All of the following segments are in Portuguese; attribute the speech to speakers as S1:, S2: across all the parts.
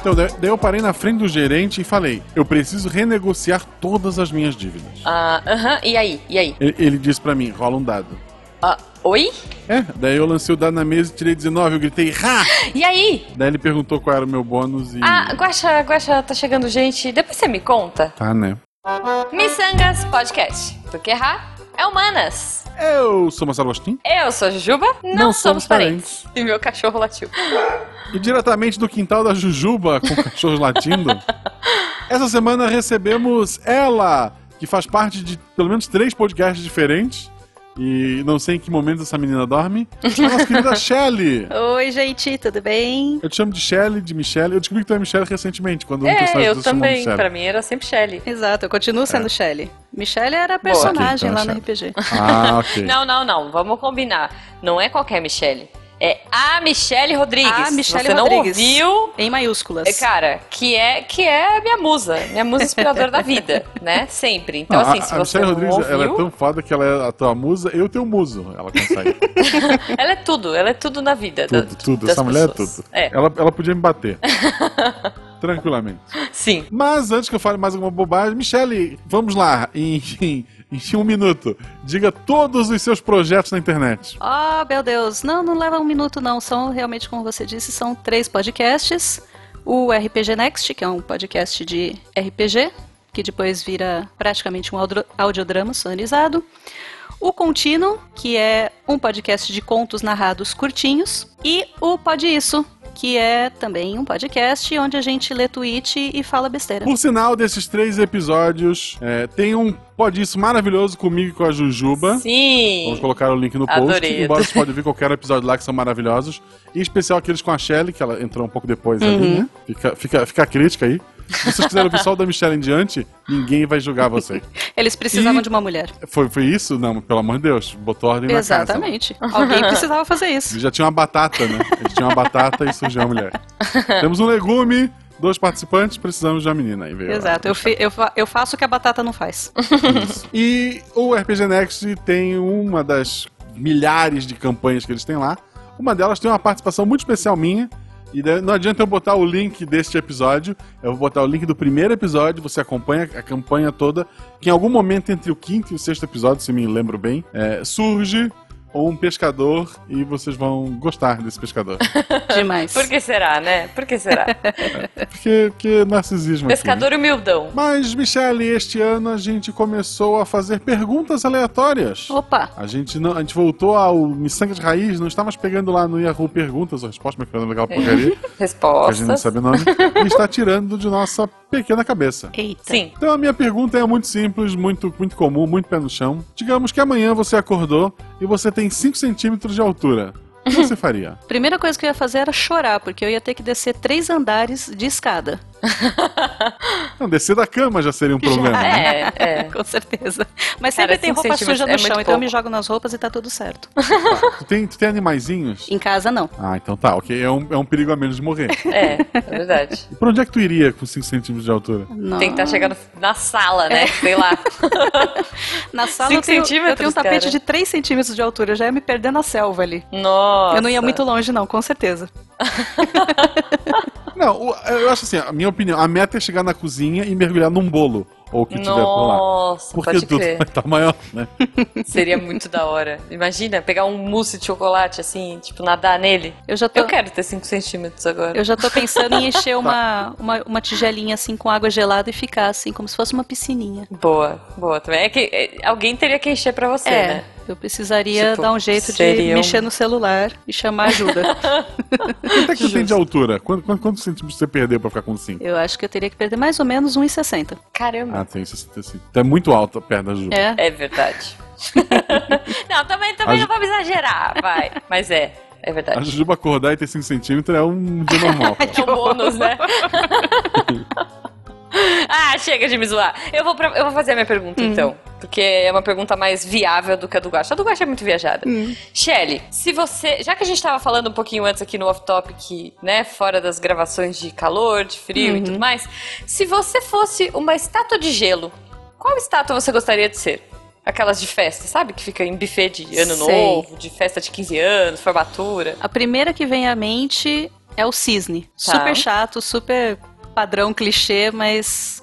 S1: Então, da- daí eu parei na frente do gerente e falei: eu preciso renegociar todas as minhas dívidas.
S2: Ah, Aham, e aí? E aí?
S1: Ele, ele disse pra mim: rola um dado.
S2: Ah, oi?
S1: É, daí eu lancei o dado na mesa e tirei 19, eu gritei: ha!
S2: E aí?
S1: Daí ele perguntou qual era o meu bônus e.
S2: Ah, Guaxa, Guaxa, tá chegando gente. Depois você me conta.
S1: Tá, né?
S2: Missangas Podcast. Porque errar é humanas.
S1: Eu sou Marcelo Agostinho
S2: Eu sou a Jujuba, não,
S1: Não
S2: somos
S1: somos
S2: parentes. E meu cachorro latiu.
S1: e diretamente do quintal da Jujuba, com cachorros latindo, essa semana recebemos ela, que faz parte de pelo menos três podcasts diferentes. E não sei em que momento essa menina dorme. A nossa querida Shelly.
S3: Oi, gente, tudo bem?
S1: Eu te chamo de Shelly, de Michelle. Eu descobri que tu é Michelle recentemente, quando um
S2: É,
S1: personagem
S2: eu
S1: do seu nome
S2: também.
S1: Michelle.
S2: Pra mim era sempre Shelly.
S3: Exato, eu continuo sendo Shelley. Michelle era a personagem
S1: Aqui,
S3: lá
S1: então,
S3: no RPG.
S1: Ah, ok.
S2: Não, não, não. Vamos combinar. Não é qualquer Michelle. É a Michelle Rodrigues.
S3: A Michelle
S2: Você
S3: Rodrigues.
S2: não ouviu?
S3: Em maiúsculas.
S2: É, Cara, que é que é a minha musa, minha musa inspiradora da vida, né? Sempre. Então,
S1: Não,
S2: assim,
S1: Ah, a-
S2: se
S1: a
S2: você
S1: Michelle
S2: não
S1: Rodrigues,
S2: ouviu,
S1: ela é tão foda que ela é a tua musa, eu tenho muso. Ela consegue.
S2: ela é tudo, ela é tudo na vida. da-
S1: tudo, tudo.
S2: das
S1: Essa mulher é
S2: pessoas.
S1: tudo. Ela, ela podia me bater. Tranquilamente.
S2: É, sim.
S1: Mas antes que eu fale mais alguma bobagem, Michele, vamos lá, em, em- em um minuto. Diga todos os seus projetos na internet.
S3: Oh, meu Deus. Não, não leva um minuto, não. São realmente, como você disse, são três podcasts. O RPG Next, que é um podcast de RPG, que depois vira praticamente um audro- audiodrama sonorizado. O Contínuo, que é um podcast de contos narrados curtinhos. E o Pode Isso, que é também um podcast onde a gente lê tweet e fala besteira.
S1: Por sinal, desses três episódios, é, tem um podício maravilhoso comigo e com a Jujuba. Vamos
S2: Sim.
S1: colocar o link no post.
S2: Adorei.
S1: Embora você pode ver qualquer episódio lá que são maravilhosos. Em especial aqueles com a Shelly, que ela entrou um pouco depois
S3: Uhum.
S1: ali, né? Fica, fica, fica a crítica aí. Se vocês quiserem ouvir só o da Michelle em diante, ninguém vai julgar você.
S3: Eles precisavam
S1: E-
S3: de uma mulher.
S1: Foi, foi isso? Não, pelo amor de Deus. Botou ordem na casa.
S3: Exatamente. Alguém precisava fazer isso.
S1: Ele já tinha uma batata, né? Ele tinha uma batata e surgiu uma mulher. Temos um legume, dois participantes, precisamos de uma menina. Aí veio a-
S3: Exato. Eu, fi- eu fa- eu faço o que a batata não faz.
S1: Isso. E o RPG Next tem uma das milhares de campanhas que eles têm lá. Uma delas tem uma participação muito especial minha. E daí não adianta eu botar o link deste episódio. Eu vou botar o link do primeiro episódio. Você acompanha a campanha toda. Que em algum momento entre o quinto e o sexto episódio, se me lembro bem, é, surge um pescador. E vocês vão gostar desse pescador.
S3: Demais.
S2: Por que será, né? Por que será?
S1: Porque, porque narcisismo aqui, né?
S2: Pescador humildão.
S1: Mas, Michele, este ano a gente começou a fazer perguntas
S3: Oh.
S1: aleatórias.
S3: Opa!
S1: A gente, não, a gente voltou ao Miçanga de Raiz, não estávamos pegando lá no Yahoo perguntas ou respostas, mas ficando legal porcaria, que a gente não
S2: Respostas.
S1: sabe o nome, e está tirando de nossa pequena cabeça.
S3: Eita.
S2: Sim.
S1: Então a minha pergunta é muito simples, muito, muito comum, muito pé no chão. Digamos que amanhã você acordou e você tem 5 centímetros de altura. O que você faria?
S3: Primeira coisa que eu ia fazer era chorar, porque eu ia ter que descer três andares de escada.
S1: Não, descer da cama já seria um problema, né?
S2: É, é.
S3: Com certeza. Mas
S2: Cara,
S3: sempre tem
S2: cinco
S3: roupa
S2: centímetros
S3: suja no
S2: é muito
S3: chão, então
S2: pouco.
S3: eu me jogo nas roupas e tá tudo certo.
S1: Tu tem, tu tem animaizinhos?
S3: Em casa, não.
S1: Ah, então tá, ok. É um, é um perigo a menos de morrer.
S2: É, é verdade.
S1: E pra onde é que tu iria com 5 centímetros de altura?
S3: não.
S2: Tem que tá estar chegando na sala,
S3: É.
S2: né? Sei lá.
S3: Na sala
S2: Cinco
S3: eu tenho, eu tenho um
S2: centímetros,
S3: tapete
S2: cara.
S3: de 3 centímetros de altura, eu já ia me perder na selva ali.
S2: Nossa.
S3: Eu não ia muito longe, não, com certeza.
S1: Não, o- eu acho assim, a minha opinião, a meta é chegar na cozinha e mergulhar num bolo, ou o que tiver por lá.
S2: Nossa,
S1: Porque
S2: pode
S1: tudo
S2: crer.
S1: vai estar maior, né?
S2: Seria muito da hora. Imagina, pegar um mousse de chocolate, assim, tipo, nadar nele.
S3: Eu já tô.
S2: Eu quero ter 5 centímetros agora.
S3: Eu já tô pensando em encher uma, uma, uma tigelinha assim com água gelada e ficar assim, como se fosse uma piscininha.
S2: Boa, boa também. É que é, alguém teria que encher pra você,
S3: é,
S2: né?
S3: eu precisaria
S2: Tipo,
S3: dar um jeito
S2: seria
S3: de
S2: um-
S3: mexer no celular e chamar ajuda.
S1: Quanto é que tu tem de altura? Quanto- quanto- Quantos centímetros você perdeu pra ficar com 5?
S3: eu acho que eu teria que perder mais ou menos 1,60.
S2: Caramba.
S1: Ah, tem 65. Então é muito alta a perna da Ju.
S3: É,
S2: É verdade. não, também, também
S1: A
S2: não vamos exagerar, vai. Mas é, é
S1: A
S2: verdade.
S1: Jujuba acordar e ter 5 centímetros é um dia normal. cara.
S2: É um bônus, né? ah, chega de me zoar. Eu vou, pra- eu vou fazer a minha pergunta, então. Porque é uma pergunta mais viável do que a do Guaxa. A do Guaxa é muito viajada. Shelly, se você. Já que a gente tava falando um pouquinho antes aqui no off-topic, né? Fora das gravações de calor, de frio e tudo mais. Se você fosse uma estátua de gelo, qual estátua você gostaria de ser? Aquelas de festa, sabe? Que fica em buffet de ano
S3: Sei.
S2: novo, de festa de 15 anos, formatura.
S3: a primeira que vem à mente é o Cisne.
S2: Tá.
S3: Super chato, super padrão, clichê, mas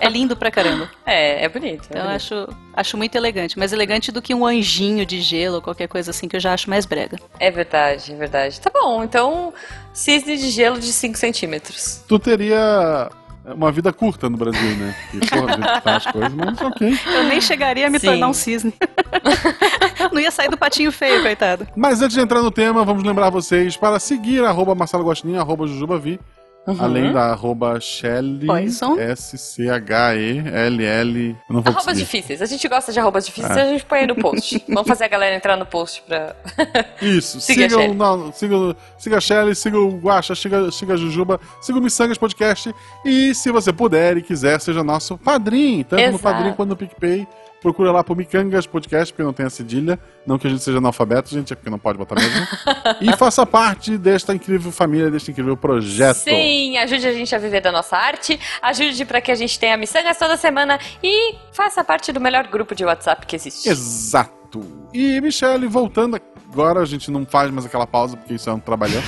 S3: é lindo pra caramba.
S2: É, é bonito. é
S3: Então eu
S2: bonito.
S3: acho, acho muito elegante. Mais elegante do que um anjinho de gelo ou qualquer coisa assim que eu já acho mais brega.
S2: É verdade, é verdade. Tá bom, então cisne de gelo de 5 centímetros.
S1: Tu teria uma vida curta no Brasil, né? Porque, porra, a gente faz coisas, mas ok.
S3: Eu nem chegaria a me
S2: Sim.
S3: tornar um cisne. Não ia sair do patinho feio, coitado.
S1: Mas antes de entrar no tema, vamos lembrar vocês para seguir arroba Marcelo Gostinho, arroba Jujubavi, além da arroba Shelly,
S3: Poison.
S1: S-C-H-E-L-L, eu não vou
S2: Arrobas
S1: conseguir.
S2: difíceis. A gente gosta de arrobas difíceis,
S1: Ah.
S2: a gente põe aí no post. Vamos fazer a galera entrar no post pra.
S1: Isso,
S2: Siga a
S1: sigam,
S2: Shelly.
S1: não, sigam, siga a Shelly, siga o Guaxa, siga, siga a Jujuba, siga o Missangas Podcast e se você puder e quiser, seja nosso padrinho, tanto no
S2: Exato.
S1: padrinho quanto no PicPay. Procura lá pro Micangas Podcast, porque não tem a cedilha. Não que a gente seja analfabeto, gente, é porque não pode botar mesmo. e faça parte desta incrível família, deste incrível projeto.
S2: Sim, ajude a gente a viver da nossa arte, ajude pra que a gente tenha miçangas toda semana e faça parte do melhor grupo de WhatsApp que existe.
S1: Exato. E Michele, voltando agora, a gente não faz mais aquela pausa, porque isso é um trabalhão.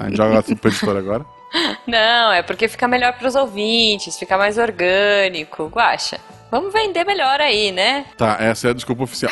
S1: A gente joga tudo pro editor agora.
S2: Não, é porque fica melhor pros ouvintes, fica mais orgânico. Guaxa, vamos vender melhor aí, né?
S1: Tá, essa é a desculpa oficial.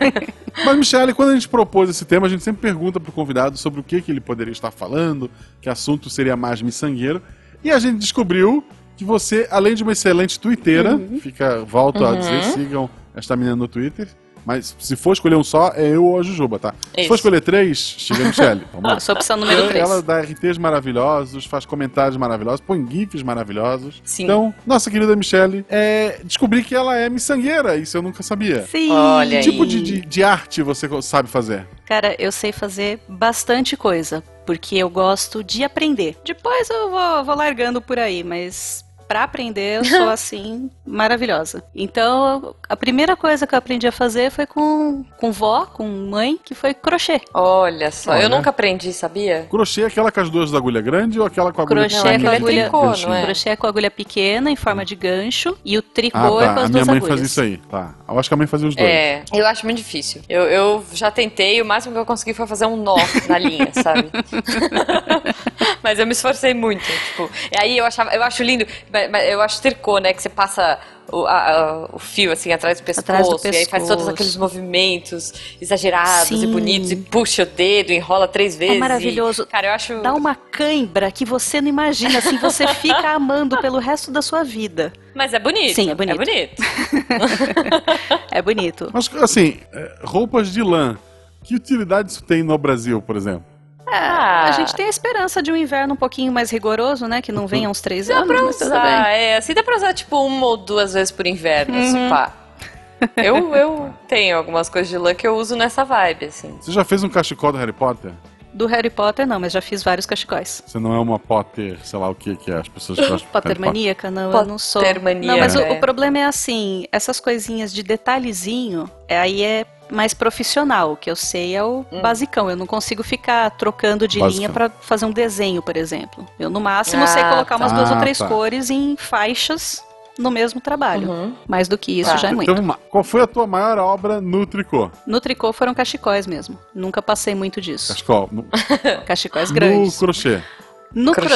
S1: Mas, Michele, quando a gente propôs esse tema, a gente sempre pergunta pro convidado sobre o que, que ele poderia estar falando, que assunto seria mais miçangueiro. E a gente descobriu que você, além de uma excelente twitteira, fica, volto a dizer, sigam esta menina no Twitter. Mas se for escolher um só, é eu ou a Jujuba, tá? Se
S2: Isso.
S1: for escolher três, chega a Michele. Vamos lá.
S3: Eu sou a opção número 3.
S1: Ela dá RTs maravilhosos, faz comentários maravilhosos, põe GIFs maravilhosos.
S2: Sim.
S1: Então, nossa querida Michelle, é, descobri que ela é miçangueira, isso eu nunca sabia.
S3: Sim.
S2: Olha
S1: Que
S2: aí.
S1: tipo de, de- de arte você co- sabe fazer?
S3: Cara, eu sei fazer bastante coisa, porque eu gosto de aprender. Depois eu vou, vou largando por aí, mas pra aprender eu sou assim maravilhosa. Então, a primeira coisa que eu aprendi a fazer foi com, com vó, com mãe, que foi crochê.
S2: Olha só,
S1: Olha.
S2: eu nunca aprendi, sabia?
S1: Crochê é aquela com as duas agulhas grandes ou aquela com a agulha
S3: Crochê
S1: pequena?
S3: é aquela
S1: que tem
S3: agulha-
S1: um ganchinho?
S2: Tricô, não é?
S3: Crochê é com agulha pequena em forma de gancho e o
S1: Ah,
S3: tricô é com
S1: tá.
S3: as
S1: A minha
S3: duas
S1: mãe
S3: agulhas.
S1: faz isso aí. Tá. Eu acho que a mãe fazia os dois.
S2: É, eu acho muito difícil. Eu, eu já tentei, o máximo que eu consegui foi fazer um nó na linha, sabe? mas eu me esforcei muito, tipo. E aí eu achava, eu acho lindo, mas- mas eu acho tricô, né? Que você passa o, a- a- o fio assim atrás do pescoço,
S3: Atrás do
S2: e aí faz
S3: pescoço.
S2: todos aqueles movimentos exagerados e
S3: Sim. É
S2: bonitos, e puxa o dedo, enrola três vezes. e-
S3: maravilhoso.
S2: cara, eu acho.
S3: Dá um uma cãibra que você não imagina, assim, você fica amando pelo resto da sua vida.
S2: Mas é bonito.
S3: Sim, é bonito.
S2: É bonito.
S3: É bonito.
S1: Mas, assim, é, roupas de lã, que utilidade isso tem no Brasil, por exemplo?
S2: Ah,
S3: É, A gente tem a esperança de um inverno um pouquinho mais rigoroso, né? Que não venha uns três
S2: Dá
S3: anos,
S2: pra
S3: mas tudo bem.
S2: usar, é. Assim dá pra usar, tipo, uma ou duas vezes por inverno,
S3: Uhum.
S2: se pá. Eu, eu tenho algumas coisas de lã que eu uso nessa vibe, assim.
S1: Você já fez um cachecol do Harry Potter?
S3: Do Harry Potter, não, mas já fiz vários cachecóis.
S1: Você não é uma Potter, sei lá o que que é, as pessoas que gostam de
S3: Potter
S1: Harry Potter.
S3: maníaca? Não, eu não sou.
S2: Pottermania,
S3: Não, mas o,
S2: né?
S3: o problema é assim, essas coisinhas de detalhezinho, é- aí é mais profissional, o que eu sei é o
S2: Hum.
S3: basicão. Eu não consigo ficar trocando de
S1: Basicão.
S3: linha pra fazer um desenho, por exemplo. Eu, no máximo,
S2: Ah,
S3: sei colocar umas
S1: tá.
S3: duas ou
S1: Ah,
S3: três
S1: tá.
S3: cores em faixas no mesmo trabalho. Mais do que isso
S2: Tá.
S3: já é muito.
S1: Então, vamos lá. qual foi a tua maior obra no tricô?
S3: No tricô foram cachecóis mesmo. Nunca passei muito disso.
S1: Cachecol. No,
S3: Cachecóis
S1: no
S3: grandes.
S1: crochê.
S3: No
S2: crochê.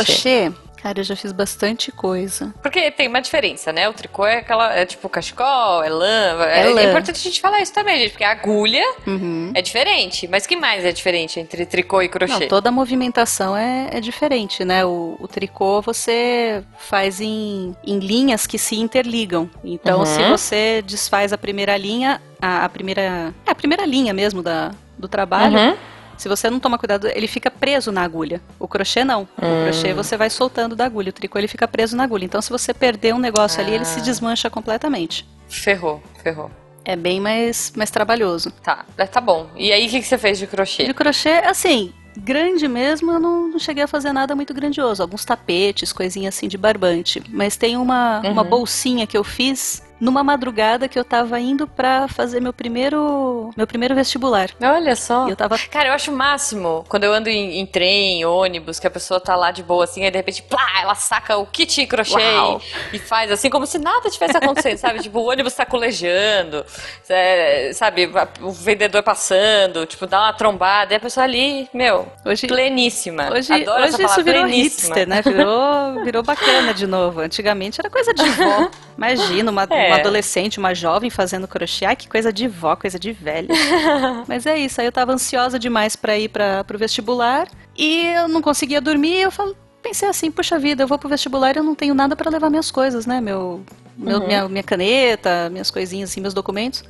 S3: crochê, cara, eu já fiz bastante coisa.
S2: Porque tem uma diferença, né? O tricô é aquela. É tipo cachecol, é lã.
S3: É
S2: É,
S3: lã.
S2: é importante a gente falar isso também, gente, porque a agulha
S3: Uhum.
S2: é diferente. Mas que mais é diferente entre tricô e crochê?
S3: Não, toda a movimentação é, é diferente, né? O, o tricô você faz em, em linhas que se interligam. Então,
S2: Uhum.
S3: se você desfaz a primeira linha, a, a primeira. É a primeira linha mesmo da, do trabalho.
S2: Uhum.
S3: Se você não tomar cuidado, ele fica preso na agulha. O crochê não. O crochê você vai soltando da agulha. O tricô ele fica preso na agulha. Então, se você perder um negócio ali, ele se desmancha completamente.
S2: Ferrou, ferrou.
S3: É bem mais, mais trabalhoso.
S2: Tá, tá bom. E aí, o que, que você fez de crochê?
S3: De crochê, assim, grande mesmo, eu não, não cheguei a fazer nada muito grandioso. Alguns tapetes, coisinha assim de barbante. Mas tem uma, uma bolsinha que eu fiz numa madrugada que eu tava indo pra fazer meu primeiro, meu primeiro vestibular.
S2: Olha só.
S3: E eu tava-
S2: Cara, eu acho o máximo quando eu ando em, em trem, ônibus, que a pessoa tá lá de boa assim, aí de repente, plá, ela saca o kit crochê
S3: Uau.
S2: e, e faz assim, como se nada tivesse acontecendo, sabe? Tipo, o ônibus tá colejando, é, sabe? O vendedor passando, tipo, dá uma trombada, e a pessoa ali, meu,
S3: Hoje,
S2: pleníssima.
S3: hoje,
S2: Adoro essa
S3: hoje isso
S2: palavra,
S3: virou
S2: pleníssima.
S3: hipster, né? Virou, virou bacana de novo. Antigamente era coisa de vó. Imagina, uma,
S2: É.
S3: uma adolescente, uma jovem fazendo crochê. Ai, que coisa de vó, coisa de velha. Mas é isso, aí eu tava ansiosa demais pra ir pra, pro vestibular e eu não conseguia dormir. Eu fal- pensei assim, puxa vida, eu vou pro vestibular e eu não tenho nada pra levar minhas coisas, né? Meu, meu-
S2: Uhum.
S3: minha, minha caneta, minhas coisinhas, assim, meus documentos.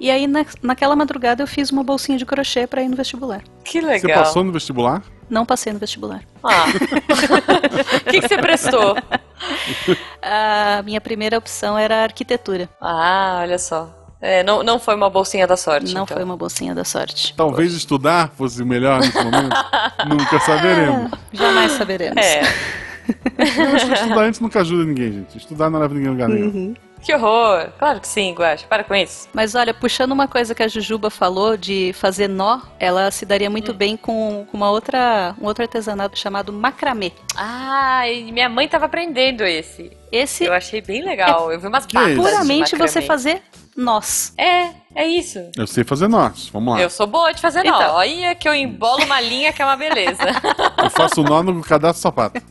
S3: E aí, na- naquela madrugada, eu fiz uma bolsinha de crochê pra ir no vestibular.
S2: Que
S1: Você
S2: legal.
S1: passou no vestibular?
S3: Não passei no vestibular.
S2: Ah. O que, que você prestou?
S3: A minha primeira opção era arquitetura.
S2: Ah, olha só. É, não, não foi uma bolsinha da sorte.
S3: Não
S2: então.
S3: foi uma bolsinha da sorte.
S1: Talvez estudar fosse o melhor nesse momento. nunca saberemos.
S3: Jamais saberemos.
S2: É.
S1: Eu acho que estudar antes nunca ajuda ninguém, gente. Estudar não leva ninguém a lugar nenhum.
S2: Que horror! Claro que sim, Guaxa. Para com isso.
S3: Mas olha, puxando uma coisa que a Jujuba falou de fazer nó, ela se daria muito
S2: Hum.
S3: bem com, com uma outra, um outro artesanato chamado macramê.
S2: Ah, e minha mãe tava aprendendo esse.
S3: Esse
S2: Eu
S3: é
S2: achei bem legal. Eu vi umas
S1: Que é
S2: barras.
S1: isso?
S2: de
S3: puramente você
S2: macramê.
S3: fazer nós.
S2: É, é isso.
S1: Eu sei fazer nós. Vamos lá.
S2: Eu sou boa de fazer nó.
S3: Então.
S2: Olha que eu embolo uma linha que é uma beleza.
S1: Eu faço nó no cadastro do sapato.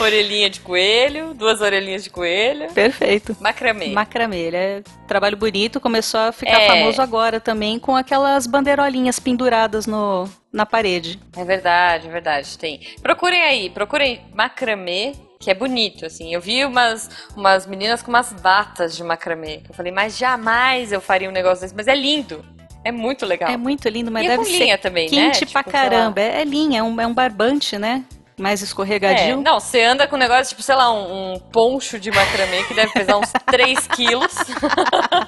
S2: Orelhinha de coelho, duas orelhinhas de coelho.
S3: Perfeito.
S2: Macramê.
S3: Macramê, ele é trabalho bonito, começou a ficar
S2: É.
S3: famoso agora também com aquelas bandeirolinhas penduradas no, na parede.
S2: É verdade, é verdade, tem. Procurem aí, procurem macramê, que é bonito, assim. Eu vi umas, umas meninas com umas batas de macramê. que Eu falei, mas jamais eu faria um negócio desse. Mas é lindo, é muito legal.
S3: É muito lindo, mas
S2: e é
S3: deve
S2: com
S3: ser
S2: linha também, né?
S3: quente pra
S2: Tipo, sei lá.
S3: caramba. É, é linha, é um, é um barbante, né? Mais
S2: É,
S3: escorregadio.
S2: não, você anda com um negócio, tipo, sei lá, um, um poncho de macramê que deve pesar uns 3 quilos.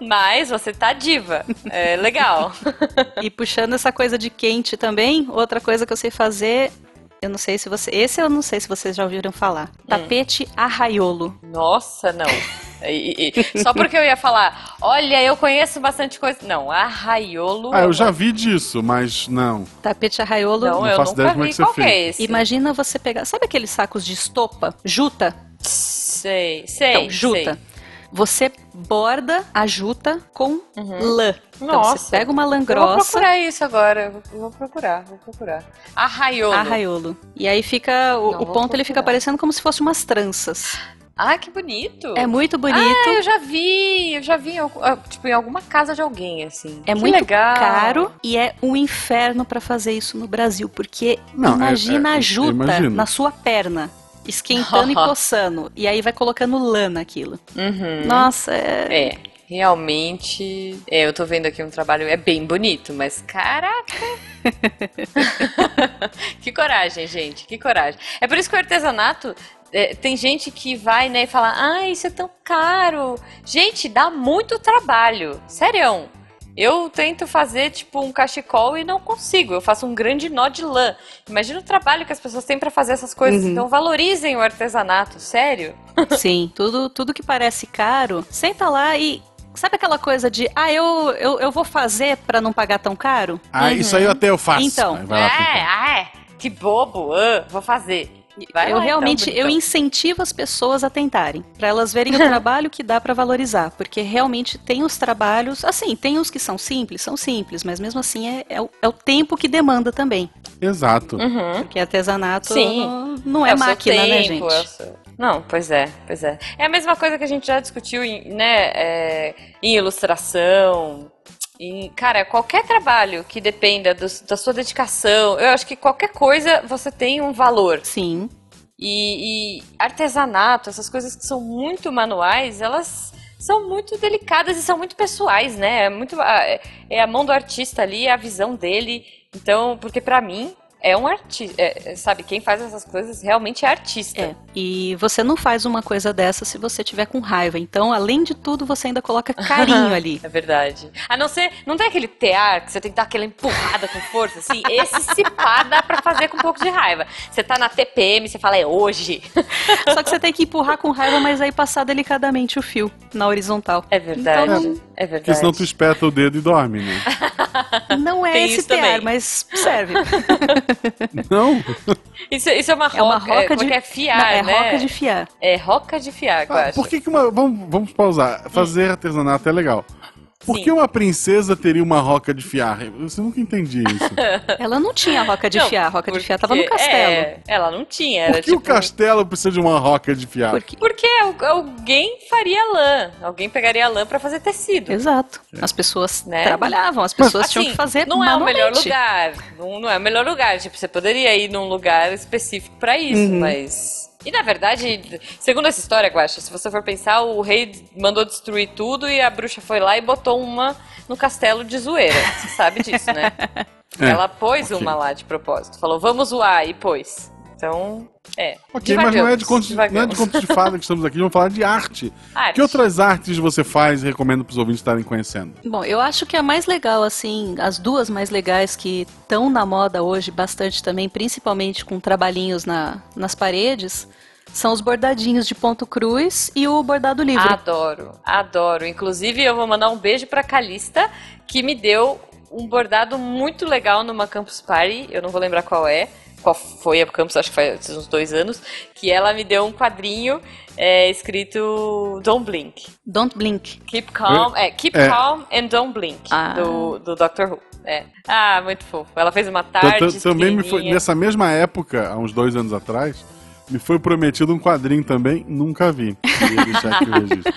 S2: Mas você tá diva. É legal. É.
S3: E puxando essa coisa de quente também, outra coisa que eu sei fazer, eu não sei se você, esse eu não sei se vocês já ouviram falar.
S2: É.
S3: Tapete arraiolo.
S2: Nossa, não. E- e- e- só porque eu ia falar, olha, eu conheço bastante coisa. Não, arraiolo.
S1: Ah, eu já vi disso, mas não.
S3: Tapete arraiolo.
S2: Não,
S1: não
S2: eu
S1: faço ideia
S2: nunca
S1: como é
S2: vi.
S1: que você
S2: Qual que é
S1: fez.
S2: esse?
S3: Imagina você pegar, sabe aqueles sacos de estopa, juta?
S2: Sei, sei.
S3: Então, juta. Você borda a juta com lã.
S2: Uhum.
S3: Então
S2: Nossa.
S3: você pega uma lã
S2: Sei. Eu vou
S3: grossa,
S2: procurar isso agora. eu Vou, vou procurar, vou procurar. Arraiolo.
S3: arraiolo. E aí fica o,
S2: Não,
S3: o
S2: vou
S3: ponto ele fica
S2: procurar.
S3: parecendo como se fosse umas tranças.
S2: Ah, que bonito.
S3: É muito bonito.
S2: Ah, eu já vi, eu já vi em, algu- ah, tipo, em alguma casa de alguém, assim.
S3: É
S2: Que
S3: muito
S2: legal.
S3: caro e é um inferno pra fazer isso no Brasil, porque
S1: Não, é-
S3: imagina
S1: é-
S3: a juta
S1: imagino.
S3: na sua perna, esquentando e coçando, e aí vai colocando lã naquilo.
S2: Uhum.
S3: Nossa, é...
S2: É, realmente. É, eu tô vendo aqui um trabalho, é bem bonito, mas caraca! que coragem, gente, que coragem. É por isso que o artesanato. é, tem gente que vai né, e fala: Ah, isso é tão caro. Gente, dá muito trabalho. Sério. Eu tento fazer, tipo, um cachecol e não consigo. Eu faço um grande nó de lã. Imagina o trabalho que as pessoas têm pra fazer essas coisas.
S3: Uhum.
S2: Então, valorizem o artesanato, sério.
S3: sim, tudo, tudo que parece caro, senta lá e... Sabe aquela coisa de, ah, eu, eu, eu vou fazer pra não pagar tão caro?
S1: Ah, isso aí até eu faço.
S3: Então.
S1: Aí vai lá tentar.
S2: ah, Uhum. é. Que bobo. ah, vou fazer. Vai lá,
S3: eu
S2: então,
S3: realmente eu
S2: bonitão.
S3: incentivo as pessoas a tentarem, Pra elas verem o trabalho que dá pra valorizar, porque realmente tem os trabalhos, assim, tem os que são simples, são simples, mas mesmo assim é, é o, é o tempo que demanda também,
S1: Exato.
S2: Uhum.
S3: porque artesanato
S2: Sim.
S3: não, não é,
S2: o seu
S3: máquina, né,
S2: tempo, é o
S3: gente?
S2: seu- Não, pois é, pois é. É a mesma coisa que a gente já discutiu em, né, é, em ilustração. Em, cara, qualquer trabalho que dependa do- da sua dedicação, eu acho que qualquer coisa você tem um valor.
S3: Sim,
S2: E, e artesanato, essas coisas que são muito manuais, elas são muito delicadas e são muito pessoais, né? É muito a- é a mão do artista ali, é a visão dele. Então, porque pra mim é um artista. é, sabe, quem faz essas coisas realmente é artista.
S3: É. E você não faz uma coisa dessa se você tiver com raiva. Então, além de tudo, você ainda coloca carinho ali.
S2: É verdade. A não ser, não tem aquele tear que você tem que dar aquela empurrada com força, assim. Esse se pá dá pra fazer com um pouco de raiva. Você tá na TPM, você fala, é hoje.
S3: Só que você tem que empurrar com raiva, mas aí passar delicadamente o fio na horizontal.
S2: É verdade.
S3: Então,
S1: Porque
S2: é verdade.
S1: senão tu espeta o dedo e dorme, né?
S3: Não é
S2: Tem
S3: esse
S2: isso também.
S3: tear, mas serve.
S1: Não?
S2: Isso, isso é uma roca.
S3: É uma roca
S2: é,
S3: de.
S2: como que É fiar,
S3: Não, é
S2: né?
S3: roca de fiar.
S2: É roca de fiar, eu
S1: Ah,
S2: acho.
S1: por que, que uma. Vamos, vamos pausar. Fazer artesanato é legal. Por
S2: Hum. Sim.
S1: que uma princesa teria uma roca de fiar? Eu eu nunca entendi isso.
S3: Ela não tinha roca de
S2: Não,
S3: fiar. A roca de fiar tava no
S2: porque-
S3: castelo.
S2: é, ela não tinha. Era
S1: Por que
S2: tipo,
S1: o castelo precisa de uma roca de
S2: é,
S1: fiar?
S3: Porque...
S2: Porque al- alguém faria lã. Alguém pegaria lã pra fazer tecido.
S3: Exato. As pessoas
S2: Né?
S3: trabalhavam, as pessoas tinham que
S2: Assim,
S3: fazer
S2: não é o
S3: manualmente.
S2: melhor lugar. Não, não é o melhor lugar. Tipo, você poderia ir num lugar específico pra isso,
S3: Uhum.
S2: mas. E na verdade, segundo essa história, Guaxa, se você for pensar, o rei mandou destruir tudo e a bruxa foi lá e botou uma no castelo de zoeira. Você sabe disso, né?
S1: É,
S2: Ela pôs
S1: ok.
S2: uma lá de propósito. Falou, vamos zoar, e pôs. Então, é.
S1: Ok, mas não é, de
S2: Divagamos,
S1: contos, não é de
S2: divagamos.
S1: contos de fada que estamos aqui, vamos falar de arte.
S2: Arte.
S1: Que outras artes você faz e recomenda pros ouvintes estarem conhecendo?
S3: Bom, eu acho que a mais legal, assim, as duas mais legais que estão na moda hoje bastante também, principalmente com trabalhinhos na- nas paredes, são os bordadinhos de ponto cruz e o bordado livre.
S2: Ah, Adoro, adoro. Inclusive, eu vou mandar um beijo pra Calista, que me deu um bordado muito legal numa Campus Party. Eu não vou lembrar qual é, qual foi a Campus, acho que faz uns dois anos. Que ela me deu um quadrinho é, escrito Don't Blink.
S3: Don't blink.
S2: Keep Calm, é, Keep
S1: É.
S2: Calm and Don't Blink,
S3: Ah.
S2: do, do Doctor Who. É. Ah, muito fofo. Ela fez uma
S1: Ta-
S2: tarde.
S1: ta- Então, Também me foi,
S2: pequenininha.
S1: nessa mesma época, há uns dois anos atrás, me foi prometido um quadrinho também, nunca vi. Queria deixar aqui o registro.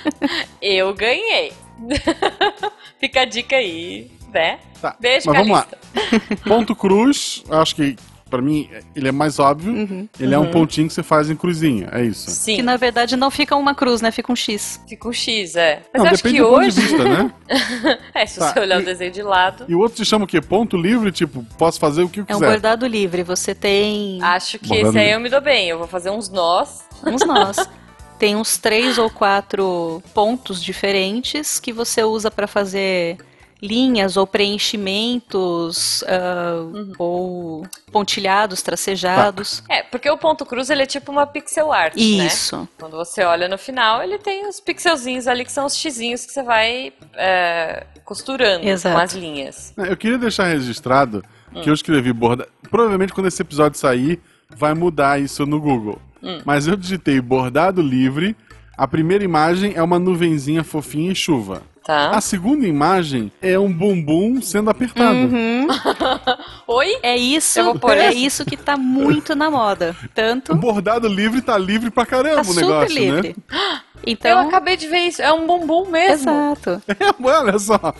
S2: Eu ganhei. Fica a dica aí, né?
S1: Tá,
S2: Beijo,
S1: mas vamos lá.
S2: Calista.
S1: Ponto cruz, acho que pra mim ele é mais óbvio.
S2: Uhum.
S1: Ele é um pontinho que você faz em cruzinha, é isso.
S2: Sim.
S3: Que na verdade não fica uma cruz, né? Fica um X.
S2: Fica um X, é. Mas
S1: Não,
S2: eu acho
S1: depende
S2: que
S1: do ponto de
S2: hoje.
S1: vista, né?
S2: é, se
S1: Tá,
S2: você olhar
S1: e-
S2: o desenho de lado,
S1: E o outro se chama o quê? Ponto livre? Tipo, posso fazer o que eu
S3: É um
S1: quiser.
S3: bordado livre. Você tem
S2: acho que
S1: Bom,
S2: esse
S1: vamos-
S2: aí eu me dou bem. Eu vou fazer uns nós.
S3: uns nós. Tem uns três ou quatro pontos diferentes que você usa para fazer linhas ou preenchimentos ah,
S2: Uhum.
S3: ou pontilhados, tracejados.
S2: É, porque o ponto cruz ele é tipo uma pixel art, né?
S3: Isso.
S2: Quando você olha no final, ele tem os pixelzinhos ali que são os xizinhos que você vai é, costurando
S3: Exato.
S2: com as linhas.
S1: É, Eu queria deixar registrado que eu escrevi borda. Provavelmente quando esse episódio sair, vai mudar isso no Google. Mas eu digitei bordado livre. A primeira imagem é uma nuvenzinha fofinha e chuva.
S2: Tá?
S1: A segunda imagem é um bumbum sendo apertado.
S3: Uhum.
S2: Oi?
S3: É isso,
S2: Tá Eu vou pôr
S3: é
S2: essa.
S3: isso que tá muito na moda.
S1: O
S3: Tanto
S1: bordado livre tá livre pra caramba
S3: tá
S1: o
S3: super
S1: negócio,
S3: livre.
S1: né?
S2: Eu
S3: Então,
S2: acabei de ver isso. É um bumbum mesmo.
S3: exato.
S1: É, olha só.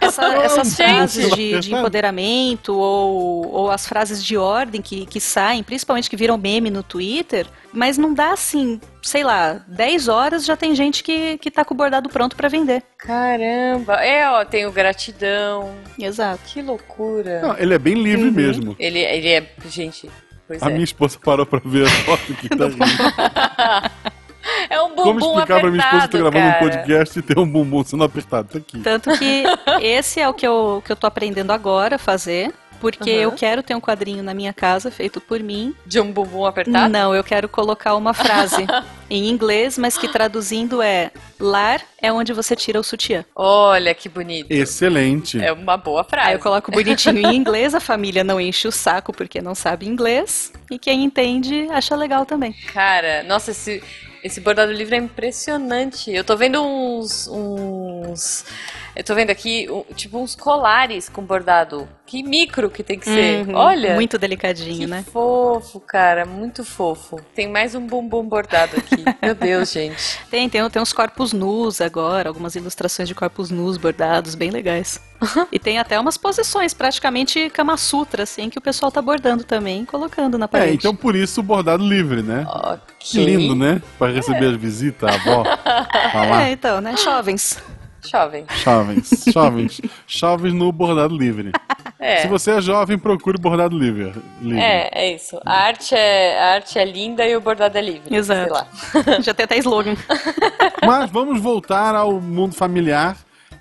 S3: Essa-
S1: Não,
S3: essas
S1: gente.
S3: frases de, de
S1: Não.
S3: empoderamento ou, ou as frases de ordem que, que saem, principalmente que viram meme no Twitter, mas não dá assim, sei lá, 10 horas já tem gente que, que tá com o bordado pronto pra vender.
S2: Caramba. É, ó, tem o gratidão.
S3: Exato.
S2: Que loucura.
S1: Não, ele é bem livre mesmo.
S2: Ele, ele é. Gente, pois
S1: A
S2: é.
S1: minha esposa parou pra ver a foto que tá rindo.
S2: É um bumbum
S1: Como explicar
S2: apertado,
S1: pra minha esposa que eu tô gravando
S2: cara.
S1: um podcast e tem um bumbum sendo apertado? Tá aqui.
S3: Tanto que esse é o que eu, que eu tô aprendendo agora a fazer. Porque
S2: Aham.
S3: eu quero ter um quadrinho na minha casa feito por mim.
S2: De um bumbum apertado?
S3: Não, eu quero colocar uma frase em inglês, mas que traduzindo é: lar é onde você tira o sutiã.
S2: Olha que bonito.
S1: Excelente.
S2: É uma boa frase.
S3: Aí Ah, eu coloco bonitinho em inglês, a família não enche o saco porque não sabe inglês. E quem entende acha legal também.
S2: Cara, nossa, esse, esse bordado livre é impressionante. Eu tô vendo uns. uns eu tô vendo aqui, um- tipo, uns colares com bordado. Que micro que tem que ser.
S3: Uhum,
S2: Olha.
S3: Muito
S2: que
S3: delicadinho, né?
S2: fofo, cara, muito fofo. Tem mais um bumbum bordado aqui. Meu Deus, gente.
S3: Tem, tem, tem uns corpos nus agora, algumas ilustrações de corpos nus bordados, bem legais. e tem até umas posições, praticamente Kama Sutra, assim, que o pessoal tá bordando também, colocando na parede.
S1: É, então por isso o bordado livre, né?
S2: Ok.
S1: Que lindo, né? Pra receber as visitas, a avó. Tá
S3: É,
S1: Falar.
S3: então, né? Jovens.
S2: Jovem.
S1: Jovens, jovens. Jovens no bordado livre.
S2: É.
S1: Se você é jovem, procure bordado livre. livre.
S2: É, é isso. A arte é, a arte é linda e o bordado é livre.
S3: Exato.
S2: Sei lá.
S3: Já tem até slogan.
S1: Mas vamos voltar ao mundo familiar.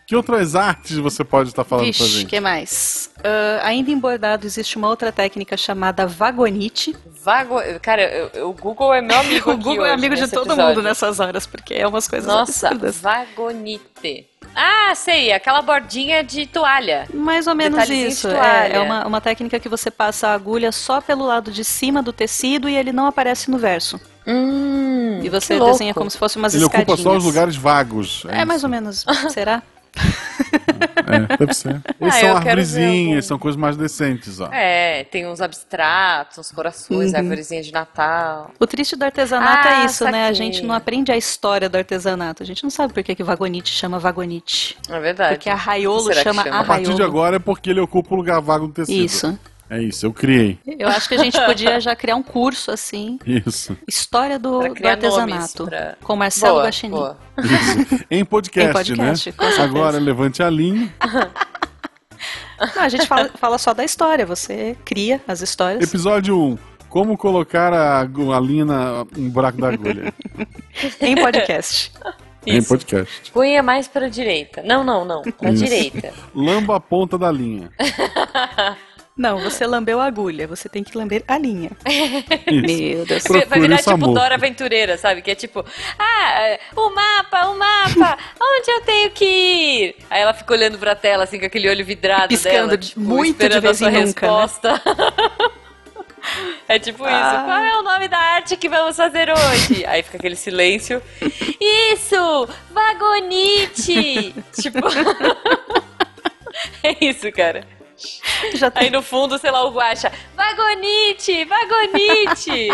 S1: Que outras artes você pode estar falando pra
S3: Vixe,
S1: gente?
S3: que mais? Ah, ainda em bordado existe uma outra técnica chamada vagonite.
S2: Vago... Cara, eu- eu- o Google é meu amigo.
S3: O
S2: aqui
S3: Google é
S2: hoje
S3: amigo de
S2: nesse
S3: todo
S2: episódio.
S3: mundo né? nessas horas, porque é umas coisas
S2: Nossa,
S3: absurdas.
S2: vagonite. Ah, sei, aquela bordinha de toalha.
S3: Mais ou menos
S2: Detalhezinho de
S3: isso.
S2: toalha.
S3: É, é uma, uma técnica que você passa a agulha só pelo lado de cima do tecido e ele não aparece no verso.
S2: Hum,
S3: E você
S2: que louco.
S3: desenha como se fosse umas
S1: Ele
S3: escadinhas.
S1: ocupa só os lugares vagos.
S3: É mais ou menos. Será?
S1: menos. É, deve ser.
S2: Ah,
S1: Eles são
S2: eu quero ver
S1: arbrezinhas,
S2: algum.
S1: são coisas mais decentes, ó.
S2: É, tem uns abstratos, uns corações,
S3: Uhum.
S2: árvorezinha de Natal.
S3: O triste do artesanato
S2: Ah,
S3: é isso, né? A
S2: saquei.
S3: gente não aprende a história do artesanato. A gente não sabe por que, que vagonite chama vagonite.
S2: É verdade.
S3: Porque arraiolo
S2: Será que
S3: chama
S2: chama?
S1: A partir de
S3: arraiolo.
S1: agora é porque ele ocupa o lugar vago do tecido.
S3: Isso.
S1: É isso, eu criei.
S3: Eu acho que a gente podia já criar um curso assim,
S1: Isso.
S3: história do,
S2: Pra
S3: do
S2: criar nomes
S3: artesanato,
S2: pra-
S3: com Marcelo Guaxinim.
S2: boa.
S1: Isso. Em podcast,
S3: Em podcast,
S1: né?
S3: com certeza.
S1: Agora levante a linha.
S3: Não, a gente fala, fala só da história. Você cria as histórias.
S1: Episódio 1. Como colocar a, agu- a linha na, um buraco da agulha.
S3: em podcast.
S1: em
S2: Isso.
S1: podcast.
S2: Punha mais pra direita. Não, não, não. Pra
S1: Isso.
S2: direita.
S1: Lamba a ponta da linha.
S3: Não, você lambeu a agulha, você tem que lamber a linha.
S1: Isso.
S3: Meu Deus.
S1: Procure
S2: Vai virar
S1: o
S2: tipo
S1: Samu.
S2: Dora Aventureira, sabe? Que é tipo, ah, é, o mapa, o mapa, onde eu tenho que ir? Aí ela fica olhando pra tela, assim, com aquele olho vidrado
S3: Piscando
S2: dela.
S3: de-
S2: Tipo,
S3: muito
S2: esperando
S3: de vez
S2: a sua
S3: em nunca, né?
S2: resposta. é tipo
S3: Ah.
S2: isso. Qual é o nome da arte que vamos fazer hoje? Aí fica aquele silêncio. Isso! Vagonite! tipo. é isso, cara.
S3: Já
S2: Aí
S3: tem,
S2: no fundo, sei lá, o Guacha, Vagonite! Vagonite!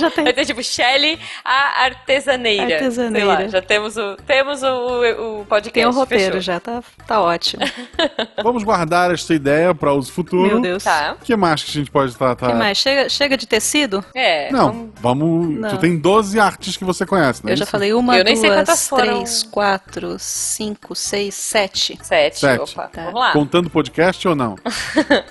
S3: já tem
S2: Vai ter tipo Shelley a artesaneira.
S3: Artesaneira.
S2: Sei lá, já temos o, temos o, o, o podcast.
S3: Tem o roteiro
S2: fechou.
S3: já, tá, tá ótimo.
S1: Vamos guardar esta ideia para uso futuro.
S3: Meu Deus.
S2: Tá.
S1: O que mais que a gente pode tratar?
S3: O
S2: Ah.
S3: que mais? Chega, chega de tecido?
S2: É.
S1: Não, vamos.
S3: Não.
S1: Tu tem 12 artes que você conhece, né?
S3: Eu já falei uma,
S2: Eu nem
S3: duas,
S2: sei quantas foram.
S3: três, quatro, cinco, seis, sete.
S2: Sete.
S1: Sete.
S2: Opa,
S3: Tá.
S2: vamos lá.
S1: Contando podcast ou não?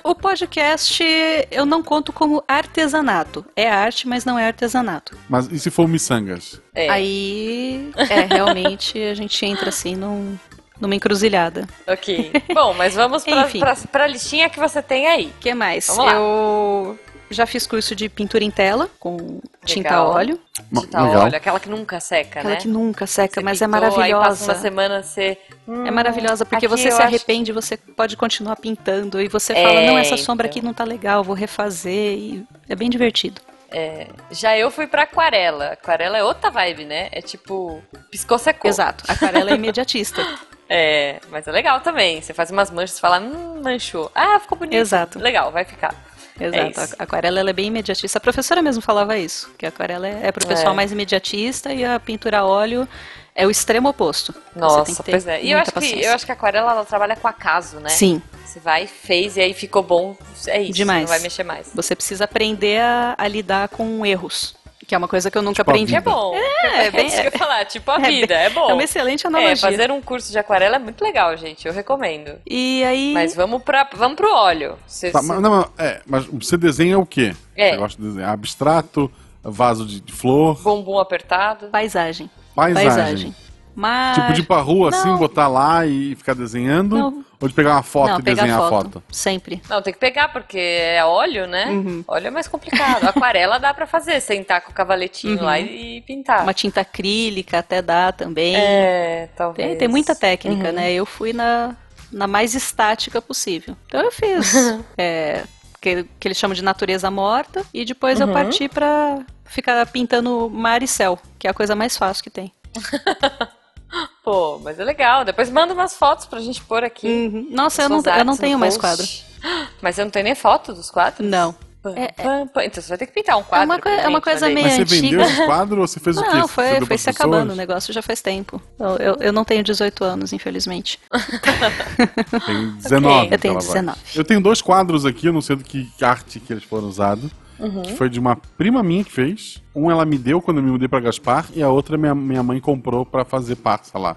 S3: O podcast eu não conto como artesanato. É arte, mas não é artesanato.
S1: Mas e se for miçangas?
S2: É.
S3: Aí, é, realmente a gente entra assim num- numa encruzilhada.
S2: Ok. Bom, mas vamos pra,
S3: Enfim.
S2: pra, pra listinha que você tem aí.
S3: O que mais?
S2: Vamos lá.
S3: Eu já fiz curso de pintura em tela com tinta a
S2: Legal.
S3: óleo.
S1: Ma-
S2: Tita
S1: legal.
S2: Olho, aquela que nunca seca,
S3: Aquela
S2: né?
S3: que nunca seca,
S2: Você
S3: mas é
S2: pintou, Aí passa
S3: maravilhosa.
S2: uma semana, você...
S3: É maravilhosa porque
S2: Aqui
S3: você
S2: eu
S3: se
S2: acho-
S3: arrepende, você pode continuar pintando e você
S2: É,
S3: fala, não, essa sombra
S2: então.
S3: aqui não tá legal, vou refazer e é bem divertido.
S2: Já eu fui pra aquarela. Aquarela é outra vibe, né? É tipo... Piscou, secou.
S3: Exato, aquarela é imediatista.
S2: É, mas é legal também. Você faz umas manchas e fala, hum, manchou. Ah, ficou bonito.
S3: Exato.
S2: Legal, vai ficar.
S3: Exato,
S2: isso.
S3: a aquarela ela é bem imediatista. A professora mesmo falava isso, que a aquarela é, é pro pessoal
S2: É.
S3: mais imediatista e a pintura a óleo é o extremo oposto.
S2: Nossa,
S3: você tem que ter
S2: pois é. E eu
S3: muita
S2: acho, que,
S3: paciência.
S2: eu acho que a aquarela ela trabalha com acaso, né?
S3: Sim,
S2: Você vai, fez e aí ficou bom. É isso.
S3: Demais.
S2: Não vai mexer mais.
S3: você precisa aprender a, a lidar com erros, que é uma coisa que eu nunca
S1: Tipo a
S3: aprendi.
S2: Que é bom.
S3: É, é bem-
S2: isso que eu ia falar. Tipo a
S3: é bem-
S2: vida, é bom.
S3: É uma excelente analogia.
S2: É, fazer um curso de aquarela é muito legal, gente. Eu recomendo.
S3: E aí,
S2: Mas vamos, pra, vamos pro óleo. Você-
S1: Tá, mas, não, mas- é, mas você desenha o quê?
S2: É.
S1: Você gosta de desenhar abstrato, vaso de de flor,
S2: Bumbum apertado.
S3: paisagem.
S1: paisagem.
S3: paisagem. Mas
S1: Tipo de ir pra rua assim,
S3: Não.
S1: botar lá e ficar desenhando?
S3: Não.
S1: Ou de pegar uma foto
S3: não,
S1: e
S3: pegar
S1: desenhar a
S3: foto,
S1: foto?
S3: Sempre.
S2: Não, tem que pegar, porque é óleo, né?
S3: Uhum.
S2: Óleo é mais complicado. Aquarela dá pra fazer, sentar com o cavaletinho lá
S3: Uhum.
S2: e, e pintar.
S3: Uma tinta acrílica até dá também.
S2: Ah. É, Uhum. talvez.
S3: tem, tem muita técnica, né? Eu fui na, na mais estática possível. Então eu fiz é, que, que eles chamam de natureza morta e depois
S2: Uhum.
S3: eu parti pra ficar pintando mar e céu, que é a coisa mais fácil que tem.
S2: Pô, mas é legal. Depois manda umas fotos pra gente pôr aqui.
S3: Nossa, eu não,
S2: Suas artes
S3: eu não
S2: no
S3: tenho mais quadro.
S2: post. Mas eu não tenho nem foto dos quadros?
S3: Não.
S2: Pam,
S3: É-
S2: pam, pam. Então você vai ter que pintar um quadro.
S3: uma coi-
S2: pra
S3: é uma
S2: gente,
S3: coisa
S2: olha aí.
S3: meio-
S1: Mas você
S3: antiga.
S1: vendeu os quadros ou você fez o quê?
S3: Não,
S1: Você
S3: foi,
S1: deu
S3: foi
S1: pras
S3: se
S1: pessoas?
S3: acabando. né? O negócio já faz tempo. Eu, eu, eu não tenho 18 anos, infelizmente.
S1: Tem 19.
S3: Eu tenho
S1: que Então, ela vai.
S3: 19.
S1: Eu tenho dois quadros aqui, eu não sei do que arte que eles foram usados.
S3: Uhum.
S1: Que foi de uma prima minha que fez. Um ela me deu quando eu me mudei pra Gaspar e a outra minha, minha mãe comprou pra fazer parça lá.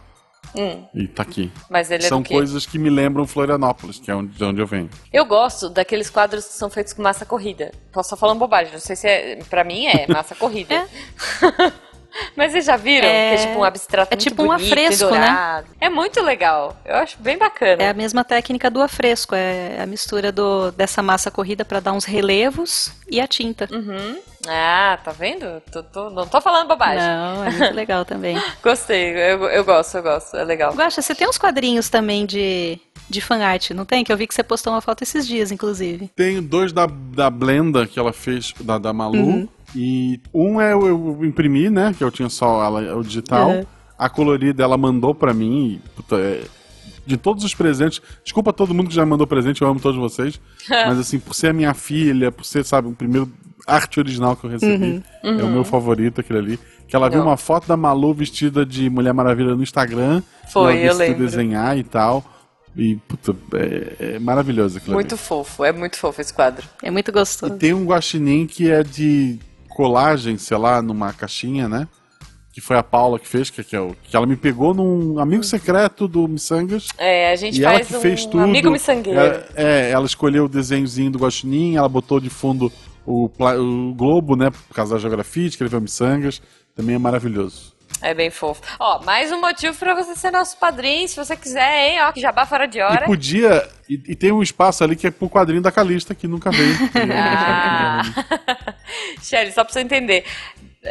S2: Hum,
S1: E tá aqui.
S2: mas ele é
S1: São
S2: do quê?
S1: coisas que me lembram Florianópolis, que é onde- de onde eu venho.
S2: Eu gosto daqueles quadros que são feitos com massa corrida. Posso estar falando bobagem, não sei se é. Pra mim é massa corrida.
S3: É.
S2: Mas vocês já viram?
S3: É.
S2: que é tipo um abstrato
S3: É
S2: muito
S3: tipo um
S2: bonito e
S3: afresco, né?
S2: dourado. É muito legal. Eu acho bem bacana.
S3: É a mesma técnica do afresco, é a mistura do, dessa massa corrida para dar uns relevos e a tinta.
S2: Uhum. Ah, tá vendo? Tô- tô- não tô falando bobagem.
S3: Não, é muito legal também.
S2: Gostei, eu, eu gosto, eu gosto, é legal.
S3: Guaxa, você tem uns quadrinhos também de, de fanart, não tem? Que eu vi que você postou uma foto esses dias, inclusive.
S1: Tenho dois da, da Blenda que ela fez, da, da Malu.
S2: Uhum.
S1: E um é eu, eu imprimi, né? Que eu tinha só ela, o digital.
S3: Uhum.
S1: A colorida ela mandou pra mim. e, puta, é- de todos os presentes. Desculpa todo mundo que já mandou presente, eu amo todos vocês. mas assim, por ser a minha filha, por ser, sabe, o primeiro arte original que eu
S2: Uhum.
S1: recebi. É o meu favorito, aquele ali. Que ela viu
S2: Não.
S1: uma foto da Malu vestida de Mulher Maravilha no Instagram.
S2: Foi,
S1: e ela
S2: eu
S1: decidiu
S2: lembro.
S1: desenhar e tal. E, puta, é, é maravilhoso aquilo ali.
S2: Muito fofo, é muito fofo esse quadro.
S3: É muito
S1: E
S3: gostoso.
S1: tem um guaxinim que é de colagem, sei lá, numa caixinha, né? Que foi a Paula que fez, que, que, é o- que ela me pegou num amigo secreto do Missangas.
S2: É, a gente
S1: E ela
S2: faz
S1: que
S2: um
S1: fez tudo.
S2: amigo miçangueiro.
S1: É, é, ela escolheu o desenhozinho do guaxinim, ela botou de fundo o, pla- o globo, né? Por causa da geografia, escreveu Missangas. Também é maravilhoso.
S2: É bem fofo. Ó, mais um motivo pra você ser nosso padrinho, se você quiser, hein? Ó, que jabá fora de hora.
S1: E podia... E, e tem um espaço ali que é pro quadrinho da Calista, que nunca veio. É,
S2: Ah! Shelly, só pra você entender.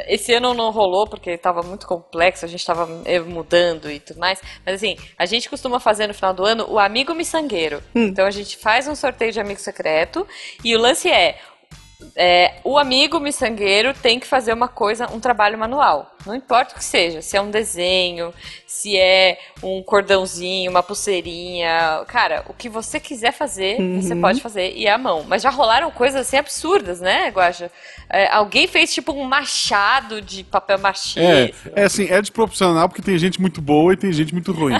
S2: Esse ano não rolou porque tava muito complexo, a gente tava eh, mudando e tudo mais. Mas assim, a gente costuma fazer no final do ano o amigo miçangueiro. Então a gente faz um sorteio de amigo secreto e o lance é. é, o amigo miçangueiro tem que fazer uma coisa, um trabalho manual. Não importa o que seja, se é um desenho, se é um cordãozinho, uma pulseirinha. Cara, o que você quiser fazer, você pode fazer e é à mão. Mas já rolaram coisas assim absurdas, né, Guaxa? É, alguém fez tipo um machado de papel machê.
S1: É, é assim, é desproporcional porque tem gente muito boa e tem gente muito ruim.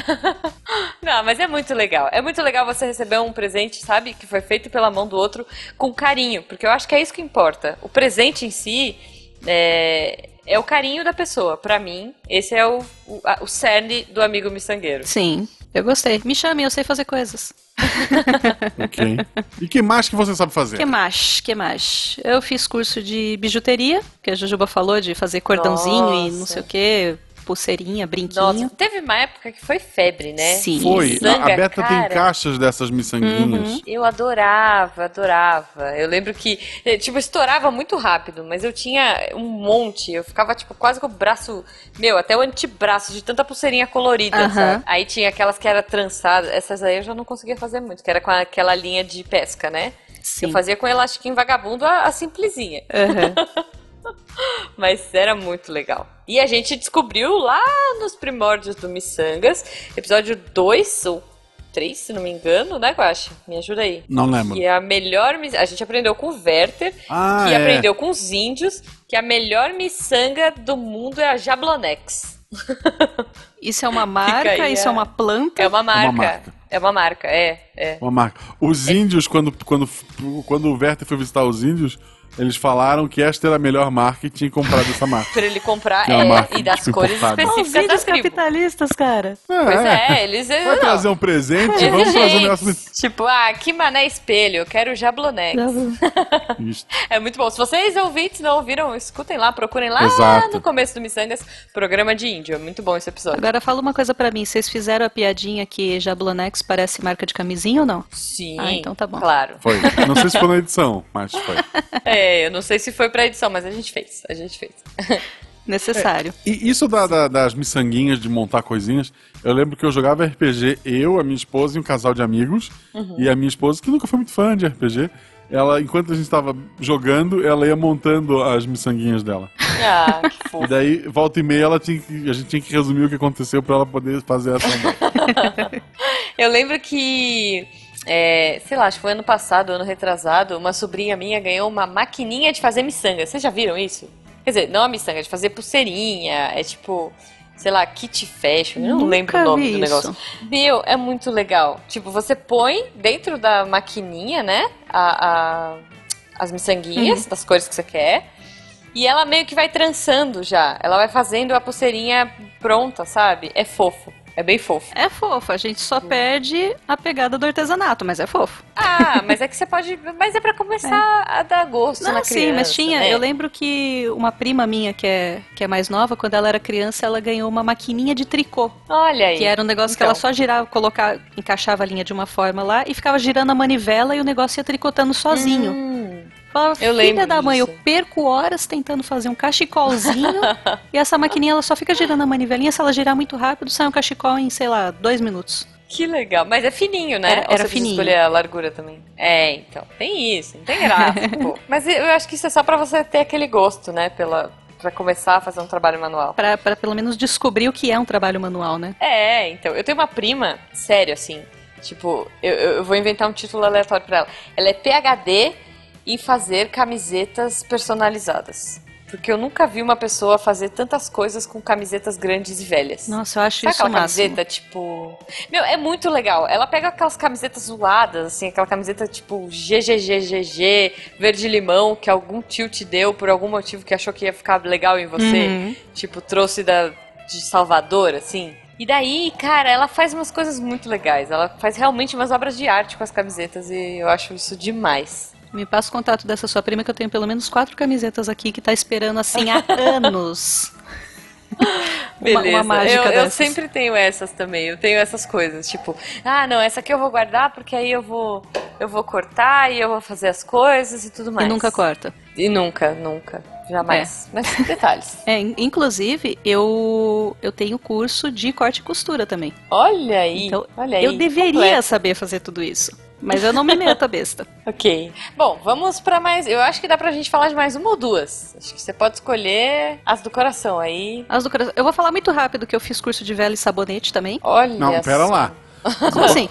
S2: Não, mas é muito legal. É muito legal você receber um presente, sabe? Que foi feito pela mão do outro com carinho. Porque eu acho que é isso que importa. O presente em si é, é o carinho da pessoa. Pra mim, esse é o, o, a- o cerne do amigo miçangueiro.
S3: Sim, eu gostei. Me chamem, eu sei fazer coisas.
S1: ok. E que mais que você sabe fazer?
S3: Que mais? Que mais? Eu fiz curso de bijuteria, que a Jujuba falou de fazer cordãozinho e não
S2: Nossa.
S3: sei o que, pulseirinha,
S2: Nossa,
S3: brinquinho.
S2: teve uma época que foi febre, né?
S3: Sim.
S1: Foi.
S2: Miçanga,
S1: a a Beta
S2: cara. Uhum.
S1: tem caixas dessas miçanguinhas.
S2: Eu adorava, adorava. Eu lembro que, eh, tipo, estourava muito rápido, mas eu tinha um monte. Eu ficava, tipo, quase com o braço, meu, até o antebraço, de tanta pulseirinha colorida,
S3: Aham.
S2: sabe? Aí tinha aquelas que era trançadas. Essas aí eu já não conseguia fazer muito, que era com aquela linha de pesca, né?
S3: Sim.
S2: Eu fazia com elastiquinho vagabundo a, a simplesinha.
S3: Aham.
S2: Mas era muito legal. E a gente descobriu lá nos primórdios do Missangas, episódio 2 ou 3, se não me engano, né, Guache? Me ajuda aí.
S1: Não lembro.
S2: Que é a melhor. mis- A gente aprendeu com o Werther,
S1: Ah,
S2: que
S1: é.
S2: aprendeu com os índios, que a melhor miçanga do mundo é a Jablonex.
S3: Isso é uma marca,
S2: aí,
S3: isso é
S2: é.
S3: uma planta.
S2: É uma marca.
S1: marca.
S2: É uma marca, é, é.
S1: Uma marca. Os índios, quando, quando, quando o Werther foi visitar os índios, eles falaram que esta era a melhor marca e tinha comprado essa marca.
S2: Pra ele comprar
S1: É uma
S2: é,
S1: marca
S2: e das
S1: tipo
S2: cores
S1: importada.
S3: Os
S2: específicas
S3: vídeos
S2: das tribos.
S3: capitalistas, cara.
S2: Pois é, eles.
S1: Vai
S2: não.
S1: trazer um presente? Vamos trazer um negócio
S2: Exigentes. Tipo, ah, que mané espelho, eu quero Jablonex.
S1: do... Isso.
S2: É muito bom. Se vocês ouvintes não ouviram, escutem lá, procurem lá
S1: Exato.
S2: no começo do Missangas, programa de índio. É muito bom esse episódio.
S3: Agora fala uma coisa pra mim, vocês fizeram a piadinha que Jablonex parece marca de camisinha ou não?
S2: Sim.
S3: Ah, então tá bom.
S2: Claro.
S1: Foi. Não sei se foi na edição, mas foi.
S2: É, eu não sei se foi pra edição, mas a gente fez. A gente fez.
S3: Necessário.
S1: E isso da- da- das miçanguinhas de montar coisinhas, eu lembro que eu jogava RPG, eu, a minha esposa e um casal de amigos.
S3: Uhum.
S1: E a minha esposa, que nunca foi muito fã de RPG, ela, enquanto a gente tava jogando, ela ia montando as miçanguinhas dela.
S2: Ah, que
S1: E
S2: fofo.
S1: daí, volta e meia, ela tinha que- a gente tinha que resumir o que aconteceu pra ela poder fazer essa. andar.
S2: Eu lembro que, é, sei lá, acho que foi ano passado, ano retrasado, uma sobrinha minha ganhou uma maquininha de fazer miçanga. Vocês já viram isso? Quer dizer, não a miçanga, de fazer pulseirinha, é tipo, sei lá, kit fashion, É, eu não
S3: Nunca
S2: lembro o nome
S3: vi
S2: do negócio. Meu, é muito legal. Tipo, você põe dentro da maquininha, né, a- a- as miçanguinhas das cores que você quer. E ela meio que vai trançando já. Ela vai fazendo a pulseirinha pronta, sabe? É fofo. É bem fofo.
S3: É fofo, a gente só perde a pegada do artesanato, mas é fofo.
S2: Ah, mas é que você pode. Mas é pra começar a dar gosto
S3: Não,
S2: na
S3: sim,
S2: é criança.
S3: mas tinha.
S2: né?
S3: Eu lembro que uma prima minha, que é, que é mais nova, quando ela era criança, ela ganhou uma maquininha de tricô.
S2: Olha aí.
S3: Que era um negócio que
S2: Então.
S3: ela só girava, colocava, encaixava a linha de uma forma lá e ficava girando a manivela e o negócio ia tricotando sozinho.
S2: Hum.
S3: Falava, filha
S2: lembro
S3: da mãe,
S2: disso.
S3: eu perco horas tentando fazer um cachecolzinho e essa maquininha ela só fica girando a manivelinha. Se ela girar muito rápido, sai um cachecol em, sei lá, dois minutos.
S2: Que legal. Mas é fininho, né?
S3: Era-
S2: Ou
S3: era
S2: você precisa
S3: fininho.
S2: escolher a largura também. É, então. Tem isso, não tem graça. pô. Mas eu acho que isso é só pra você ter aquele gosto, né? Pela, pra começar a fazer um trabalho manual.
S3: Pra, pra pelo menos descobrir o que é um trabalho manual, né?
S2: É, então. Eu tenho uma prima, sério, assim. Tipo, eu, eu eu vou inventar um título aleatório pra ela. Ela é PHD em fazer camisetas personalizadas. Porque eu nunca vi uma pessoa fazer tantas coisas com camisetas grandes e velhas.
S3: Nossa, eu acho
S2: Sabe
S3: isso o
S2: aquela
S3: máximo.
S2: camiseta, tipo. Meu, é muito legal. Ela pega aquelas camisetas zoadas, assim, aquela camiseta tipo GGGGG, verde limão, que algum tio te deu por algum motivo que achou que ia ficar legal em você
S3: Uhum.
S2: tipo, trouxe da, de Salvador, assim. E daí, cara, ela faz umas coisas muito legais. Ela faz realmente umas obras de arte com as camisetas e eu acho isso demais.
S3: Me passa o contato dessa sua prima que eu tenho pelo menos quatro camisetas aqui que tá esperando assim há anos. Uma- uma
S2: Beleza,
S3: mágica
S2: eu, eu
S3: dessas.
S2: sempre tenho essas também. Eu tenho essas coisas, tipo, ah, não, essa aqui eu vou guardar porque aí eu vou, eu vou cortar e eu vou fazer as coisas e tudo mais.
S3: E nunca corta.
S2: E nunca, nunca, jamais. Mas detalhes.
S3: É, in- inclusive, eu, eu tenho curso de corte e costura também.
S2: Olha aí,
S3: Então,
S2: olha aí.
S3: eu deveria
S2: completo.
S3: saber fazer tudo isso. Mas eu não me meto a besta.
S2: Ok. Bom, vamos pra mais. Eu acho que dá pra gente falar de mais uma ou duas. Acho que você pode escolher as do coração aí.
S3: As do coração. Eu vou falar muito rápido que eu fiz curso de vela e sabonete também.
S2: Olha.
S1: Não, pera
S2: só.
S1: lá.
S2: Ah,
S3: Como assim?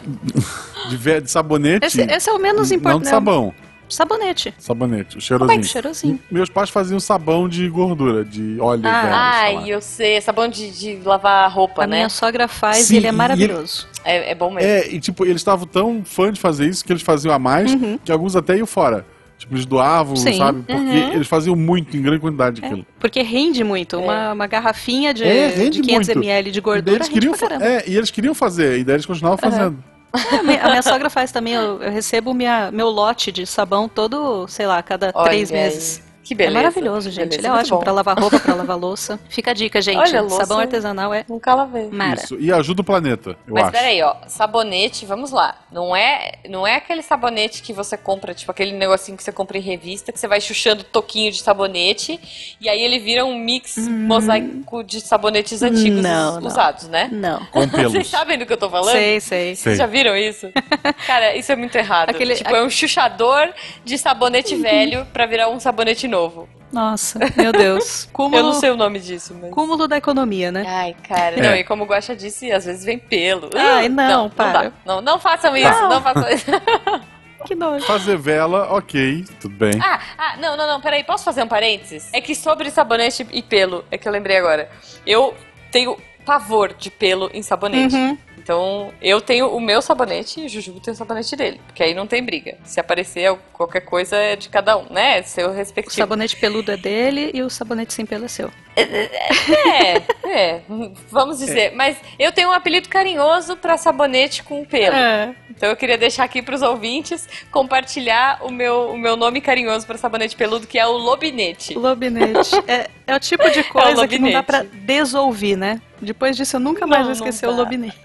S1: De, ve- de sabonete.
S3: Esse, esse é o menos
S1: não de
S3: importante.
S1: sabão.
S3: Sabonete.
S1: Sabonete, o
S3: Como é
S1: cheirosinho.
S3: que cheirosinho?
S1: Meus pais faziam sabão de gordura, de óleo
S3: Ah,
S1: velho. sei lá.
S2: Ai, eu sei. Sabão de, de lavar a roupa,
S3: A
S2: né?
S3: minha sogra faz
S1: Sim,
S3: e ele é
S1: e ele-
S3: maravilhoso.
S2: É, é bom mesmo.
S1: É, e tipo, eles estavam tão fã de fazer isso que eles faziam a mais,
S3: Uhum.
S1: que alguns até iam fora. Tipo, eles doavam,
S3: Sim.
S1: sabe? Porque
S2: Uhum.
S1: eles faziam muito, em grande quantidade,
S3: É,
S1: aquilo.
S3: porque rende muito.
S2: É.
S3: Uma, uma garrafinha de,
S1: É, rende
S3: de 500
S1: muito.
S3: ml de
S1: E daí
S3: gordura
S1: eles
S3: rende
S1: queriam
S3: pra
S1: fa-
S3: caramba. Uhum.
S1: é, e eles queriam fazer, e daí eles continuavam fazendo.
S3: É, A minha, a minha sogra faz também. Eu, eu recebo minha, meu lote de sabão todo, sei lá, a cada
S2: Olha
S3: três
S2: aí.
S3: meses.
S2: Que beleza.
S3: é maravilhoso, gente.
S2: Beleza,
S3: ele é
S2: muito
S3: ótimo
S2: bom.
S3: pra lavar roupa, pra lavar louça. Fica a dica, gente.
S2: Olha, louça-
S3: Sabão artesanal é
S2: Nunca lavei.
S3: mara.
S1: Isso. E ajuda o planeta, eu
S2: Mas
S1: acho.
S2: peraí, ó, sabonete, vamos lá. Não é, não é aquele sabonete que você compra, tipo aquele negocinho que você compra em revista, que você vai chuchando toquinho de sabonete, e aí ele vira um mix mosaico de sabonetes antigos
S3: Hum. Não, não.
S2: usados, né?
S3: Não.
S1: Com
S2: Vocês
S1: pelos.
S2: sabem do que eu tô falando?
S3: Sei, sei.
S1: Sei.
S2: Vocês já viram isso? Cara, isso é muito errado.
S3: Aquele-
S2: tipo, é um chuchador de sabonete velho pra virar um sabonete novo.
S3: Nossa, meu Deus. Cúmulo,
S2: Eu não sei o nome disso, mas...
S3: cúmulo da economia, né?
S2: Ai, cara, não,
S1: É.
S2: e como o Guaxa disse, às vezes vem pelo.
S3: Ai, não,
S2: não
S3: para.
S2: Não, dá. não, não façam isso, não,
S3: Não.
S2: façam isso.
S3: Que é nojo.
S1: Fazer vela, ok, tudo bem.
S2: Ah, ah, não, não, não, peraí, posso fazer um parênteses? É que sobre sabonete e pelo, é que eu lembrei agora. Eu tenho pavor de pelo em sabonete.
S3: Uhum.
S2: Então, eu tenho o meu sabonete e o Jujubo tem o sabonete dele. Porque aí não tem briga. Se aparecer al- qualquer coisa, é de cada um, né? É Seu
S3: O
S2: respectivo.
S3: sabonete peludo é dele e o sabonete sem pelo é seu.
S2: É, é. Vamos dizer. Mas eu tenho um apelido carinhoso pra sabonete com pelo.
S3: É.
S2: Então eu queria deixar aqui pros ouvintes compartilhar o meu, o meu nome carinhoso pra sabonete peludo, que é o Lobinete.
S3: Lobinete. É, é o tipo de coisa que não dá
S2: lobinete.
S3: pra desouvir, né? Depois disso eu nunca mais
S2: Não,
S3: vou esquecer
S2: não
S3: o
S2: dá.
S3: lobinete.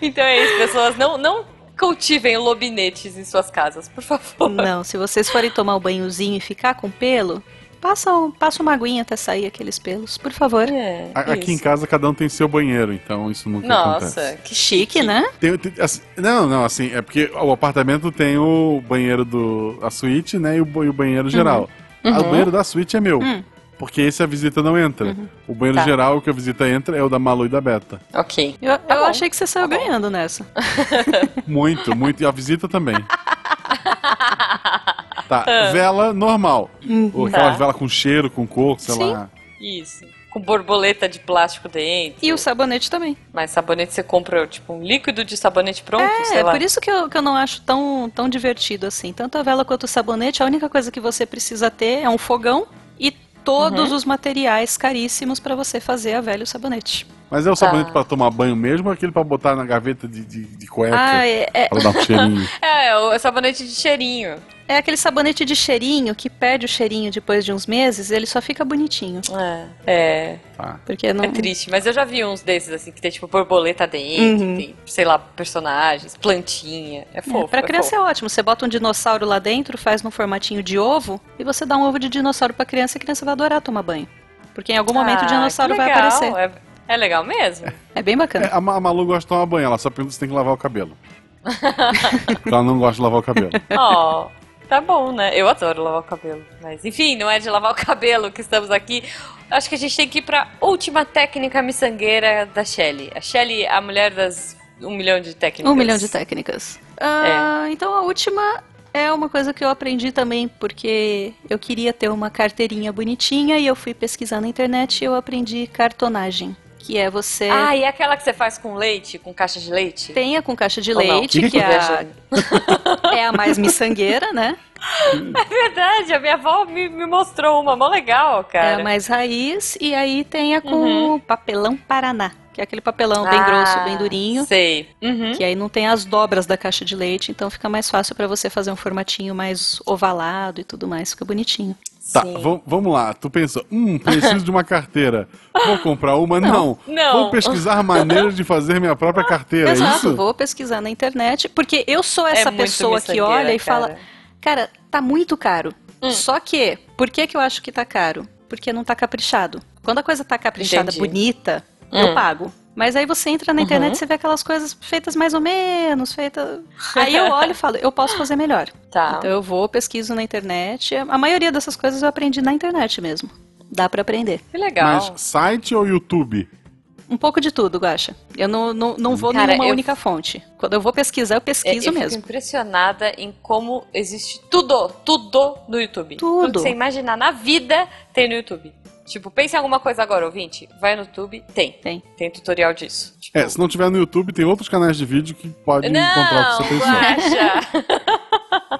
S2: Então é isso, pessoas. Não, não cultivem lobinetes em suas casas, por favor.
S3: Não, se vocês forem tomar o banhozinho e ficar com pelo, passa, um- passa uma aguinha até sair aqueles pelos, por favor.
S2: É,
S3: Ah,
S1: A- Aqui em
S2: isso.
S1: casa cada um tem seu banheiro, então isso nunca acontece.
S2: Nossa, que
S3: Chique, né?
S1: Tem- tem- assim, não, não, assim, é porque o apartamento tem o banheiro do. a suíte, né? E o, ba- e o banheiro geral. Ah, O
S2: Uhum.
S1: banheiro da suíte é meu.
S3: Hum.
S1: Porque esse a visita não entra. O banheiro
S2: Tá.
S1: geral que a visita entra é o da Malu e da Beta.
S2: Ok.
S3: Eu,
S2: Tá
S3: eu
S2: bom.
S3: achei que você saiu
S2: Tá bom.
S3: ganhando nessa.
S1: Muito, muito. E a visita também. Tá. Vela normal. Ou aquela
S2: Ah. Tá.
S1: vela com cheiro, com cor, sei
S3: Sim.
S1: lá.
S2: Isso. Com borboleta de plástico dentro.
S3: E o sabonete também.
S2: Mas sabonete você compra, tipo, um líquido de sabonete pronto, sei
S3: É,
S2: lá.
S3: por isso que eu, que eu não acho tão, tão divertido assim. Tanto a vela quanto o sabonete, a única coisa que você precisa ter é um fogão e
S2: Uhum.
S3: todos os materiais caríssimos pra você fazer a velho sabonete.
S1: Mas é o sabonete
S2: Tá.
S1: pra tomar banho mesmo ou aquele pra botar na gaveta de, de, de cueca?
S3: Ah, é, é-
S1: Pra dar um cheirinho.
S2: É, o sabonete de cheirinho.
S3: é aquele sabonete de cheirinho que perde o cheirinho depois de uns meses, ele só fica bonitinho.
S2: É, é,
S1: Tá.
S3: Porque não.
S2: é triste. Mas eu já vi uns desses, assim, que tem, tipo, borboleta dentro,
S3: Uhum.
S2: tem, sei lá, personagens, plantinha. É fofo.
S3: É, pra
S2: é
S3: criança
S2: fofo.
S3: é ótimo. Você bota um dinossauro lá dentro, faz num formatinho de ovo, e você dá um ovo de dinossauro pra criança e a criança vai adorar tomar banho. Porque em algum momento
S2: Ah,
S3: o dinossauro
S2: que
S3: vai
S2: legal,
S3: aparecer.
S2: É, é legal mesmo.
S3: É bem
S1: É,
S3: bacana.
S1: a, Ma- a Malu gosta de tomar banho, ela só pergunta se tem que lavar o cabelo. Porque ela não gosta de lavar o cabelo.
S2: Ó, tá bom, né? Eu adoro lavar o cabelo. Mas, enfim, não é de lavar o cabelo que estamos aqui. Acho que a gente tem que ir pra última técnica miçangueira da Shelly. A Shelly, é a mulher das um milhão de técnicas.
S3: Um milhão de técnicas. Ah, Então a última é uma coisa que eu aprendi também, porque eu queria ter uma carteirinha bonitinha e eu fui pesquisar na internet e eu aprendi cartonagem. Que é você
S2: Ah, e aquela que você faz com leite, com caixa de leite?
S3: tenha com caixa de
S2: Ou não?
S3: leite, que é a, é a mais miçangueira, né?
S2: É verdade, a minha avó me, me mostrou uma, mó legal, cara.
S3: É a mais raiz, e aí tem a com
S2: Uhum.
S3: o papelão Paraná, que é aquele papelão bem
S2: Ah,
S3: grosso, bem durinho.
S2: Sei. Uhum.
S3: Que aí não tem as dobras da caixa de leite, então fica mais fácil pra você fazer um formatinho mais ovalado e tudo mais, fica bonitinho.
S1: Tá,
S2: Sim.
S1: vam- vamos lá. Tu pensou, hum, preciso de uma carteira. Vou comprar uma? Não.
S2: Não.
S1: Vou pesquisar maneiras de fazer minha própria carteira, é
S3: Exato,
S1: isso?
S3: vou pesquisar na internet, porque eu sou
S2: É
S3: essa
S2: muito
S3: pessoa que
S2: miçangueira,
S3: olha
S2: cara.
S3: e fala, cara, tá muito caro.
S2: Hum.
S3: Só que, por que que eu acho que tá caro? Porque não tá caprichado. Quando a coisa tá caprichada,
S2: Entendi.
S3: bonita,
S2: Hum.
S3: eu pago. Mas aí você entra na internet
S2: Uhum.
S3: e você vê aquelas coisas feitas mais ou menos, feitas. Aí eu olho e falo, eu posso fazer melhor.
S2: Tá.
S3: Então eu vou, pesquiso na internet. A maioria dessas coisas eu aprendi na internet mesmo. Dá pra aprender.
S2: Que legal.
S1: Mas site ou YouTube?
S3: Um pouco de tudo, Guaxa. Eu não, não, não vou
S2: Cara,
S3: nenhuma
S2: eu-
S3: única fonte. Quando eu vou pesquisar, eu
S2: É,
S3: pesquiso
S2: eu
S3: mesmo.
S2: fico impressionada em como existe tudo, tudo no YouTube.
S3: Tudo.
S2: que você imaginar na vida tem no YouTube. Tipo, pense em alguma coisa agora, ouvinte. Vai no YouTube, tem.
S3: Tem.
S2: Tem tutorial disso. Tipo,
S1: É, se não tiver no YouTube, tem outros canais de vídeo que podem encontrar o que você
S2: não,
S1: pensou.
S2: guacha.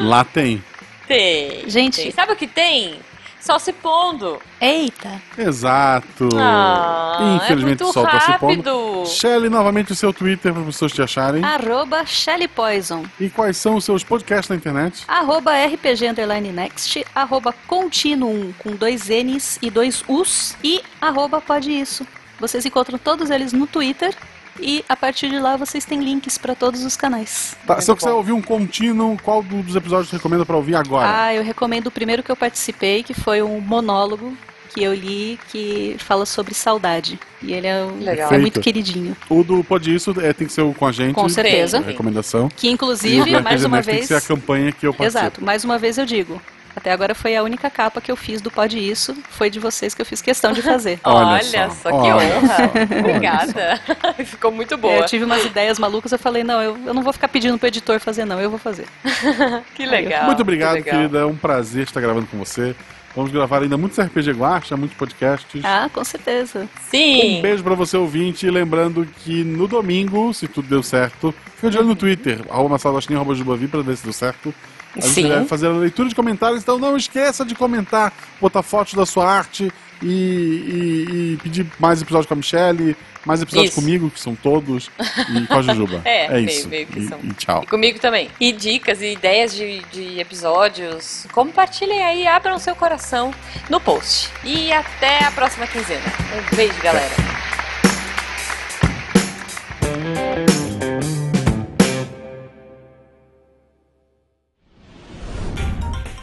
S1: Lá tem.
S2: tem.
S3: Gente.
S2: tem. Sabe o que tem? Só se pondo.
S3: Eita!
S1: Exato.
S2: Ah,
S1: Infelizmente
S2: é
S1: o
S2: muito
S1: sol tá se pondo.
S2: rápido.
S1: Shelly, novamente o seu Twitter para as pessoas te acharem.
S3: Arroba Shelly Poison.
S1: E quais são os seus podcasts na internet?
S3: Arroba RPG Underline Next. Arroba Continuum com dois N's e dois U's. E arroba Pode Isso. Vocês encontram todos eles no Twitter. E a partir de lá vocês têm links pra todos os canais.
S1: Tá,
S2: Muito
S1: se eu quiser
S2: bom.
S1: ouvir um contínuo, qual do- dos episódios você recomenda para ouvir agora?
S3: Ah, eu recomendo o primeiro que eu participei, que foi um monólogo que eu li que fala sobre saudade. E ele é, um-
S2: Legal.
S3: é
S1: Perfeito.
S3: muito queridinho.
S1: O do Pode Isso é, tem que ser o com a gente. É
S3: Com certeza.
S1: a Recomendação. E
S3: Que
S1: o do
S3: inclusive, mais
S1: RPG Next
S3: uma
S1: Tem que
S3: vez.
S1: ser a campanha que eu participo.
S3: Exato, mais uma vez eu digo. Até agora foi a única capa que eu fiz do Pode Isso, foi de vocês que eu fiz questão de fazer.
S1: Olha
S2: Olha,
S1: só,
S2: só, que
S1: olha
S2: honra.
S1: só,
S2: Obrigada. Ficou muito boa.
S3: Eu tive umas ideias malucas, eu falei, não, eu, eu não vou ficar pedindo pro editor fazer, não, eu vou fazer.
S2: Que legal.
S1: Muito obrigado,
S2: que legal.
S1: querida. É um prazer estar gravando com você. Vamos gravar ainda muitos RPG Guacha, muitos podcasts.
S3: Ah, com certeza.
S1: Um
S2: Sim.
S1: beijo pra você, ouvinte. E lembrando que no domingo, se tudo deu certo, fica de olho no Twitter, arroba Massalostinha, arroba Jubavi, pra ver se deu certo. A gente
S2: Sim.
S1: vai fazer a leitura de comentários, então não esqueça de comentar, botar fotos da sua arte e, e- e pedir mais episódios com a Michelle, mais episódios
S2: Isso.
S1: comigo, que são todos, e com a Jujuba.
S2: É, meio-
S1: isso.
S2: meio que
S1: E-
S2: são.
S1: e tchau.
S2: E comigo também. E dicas e ideias de, de episódios. Compartilhem aí, abram seu coração no post. E até a próxima quinzena. Um beijo, galera.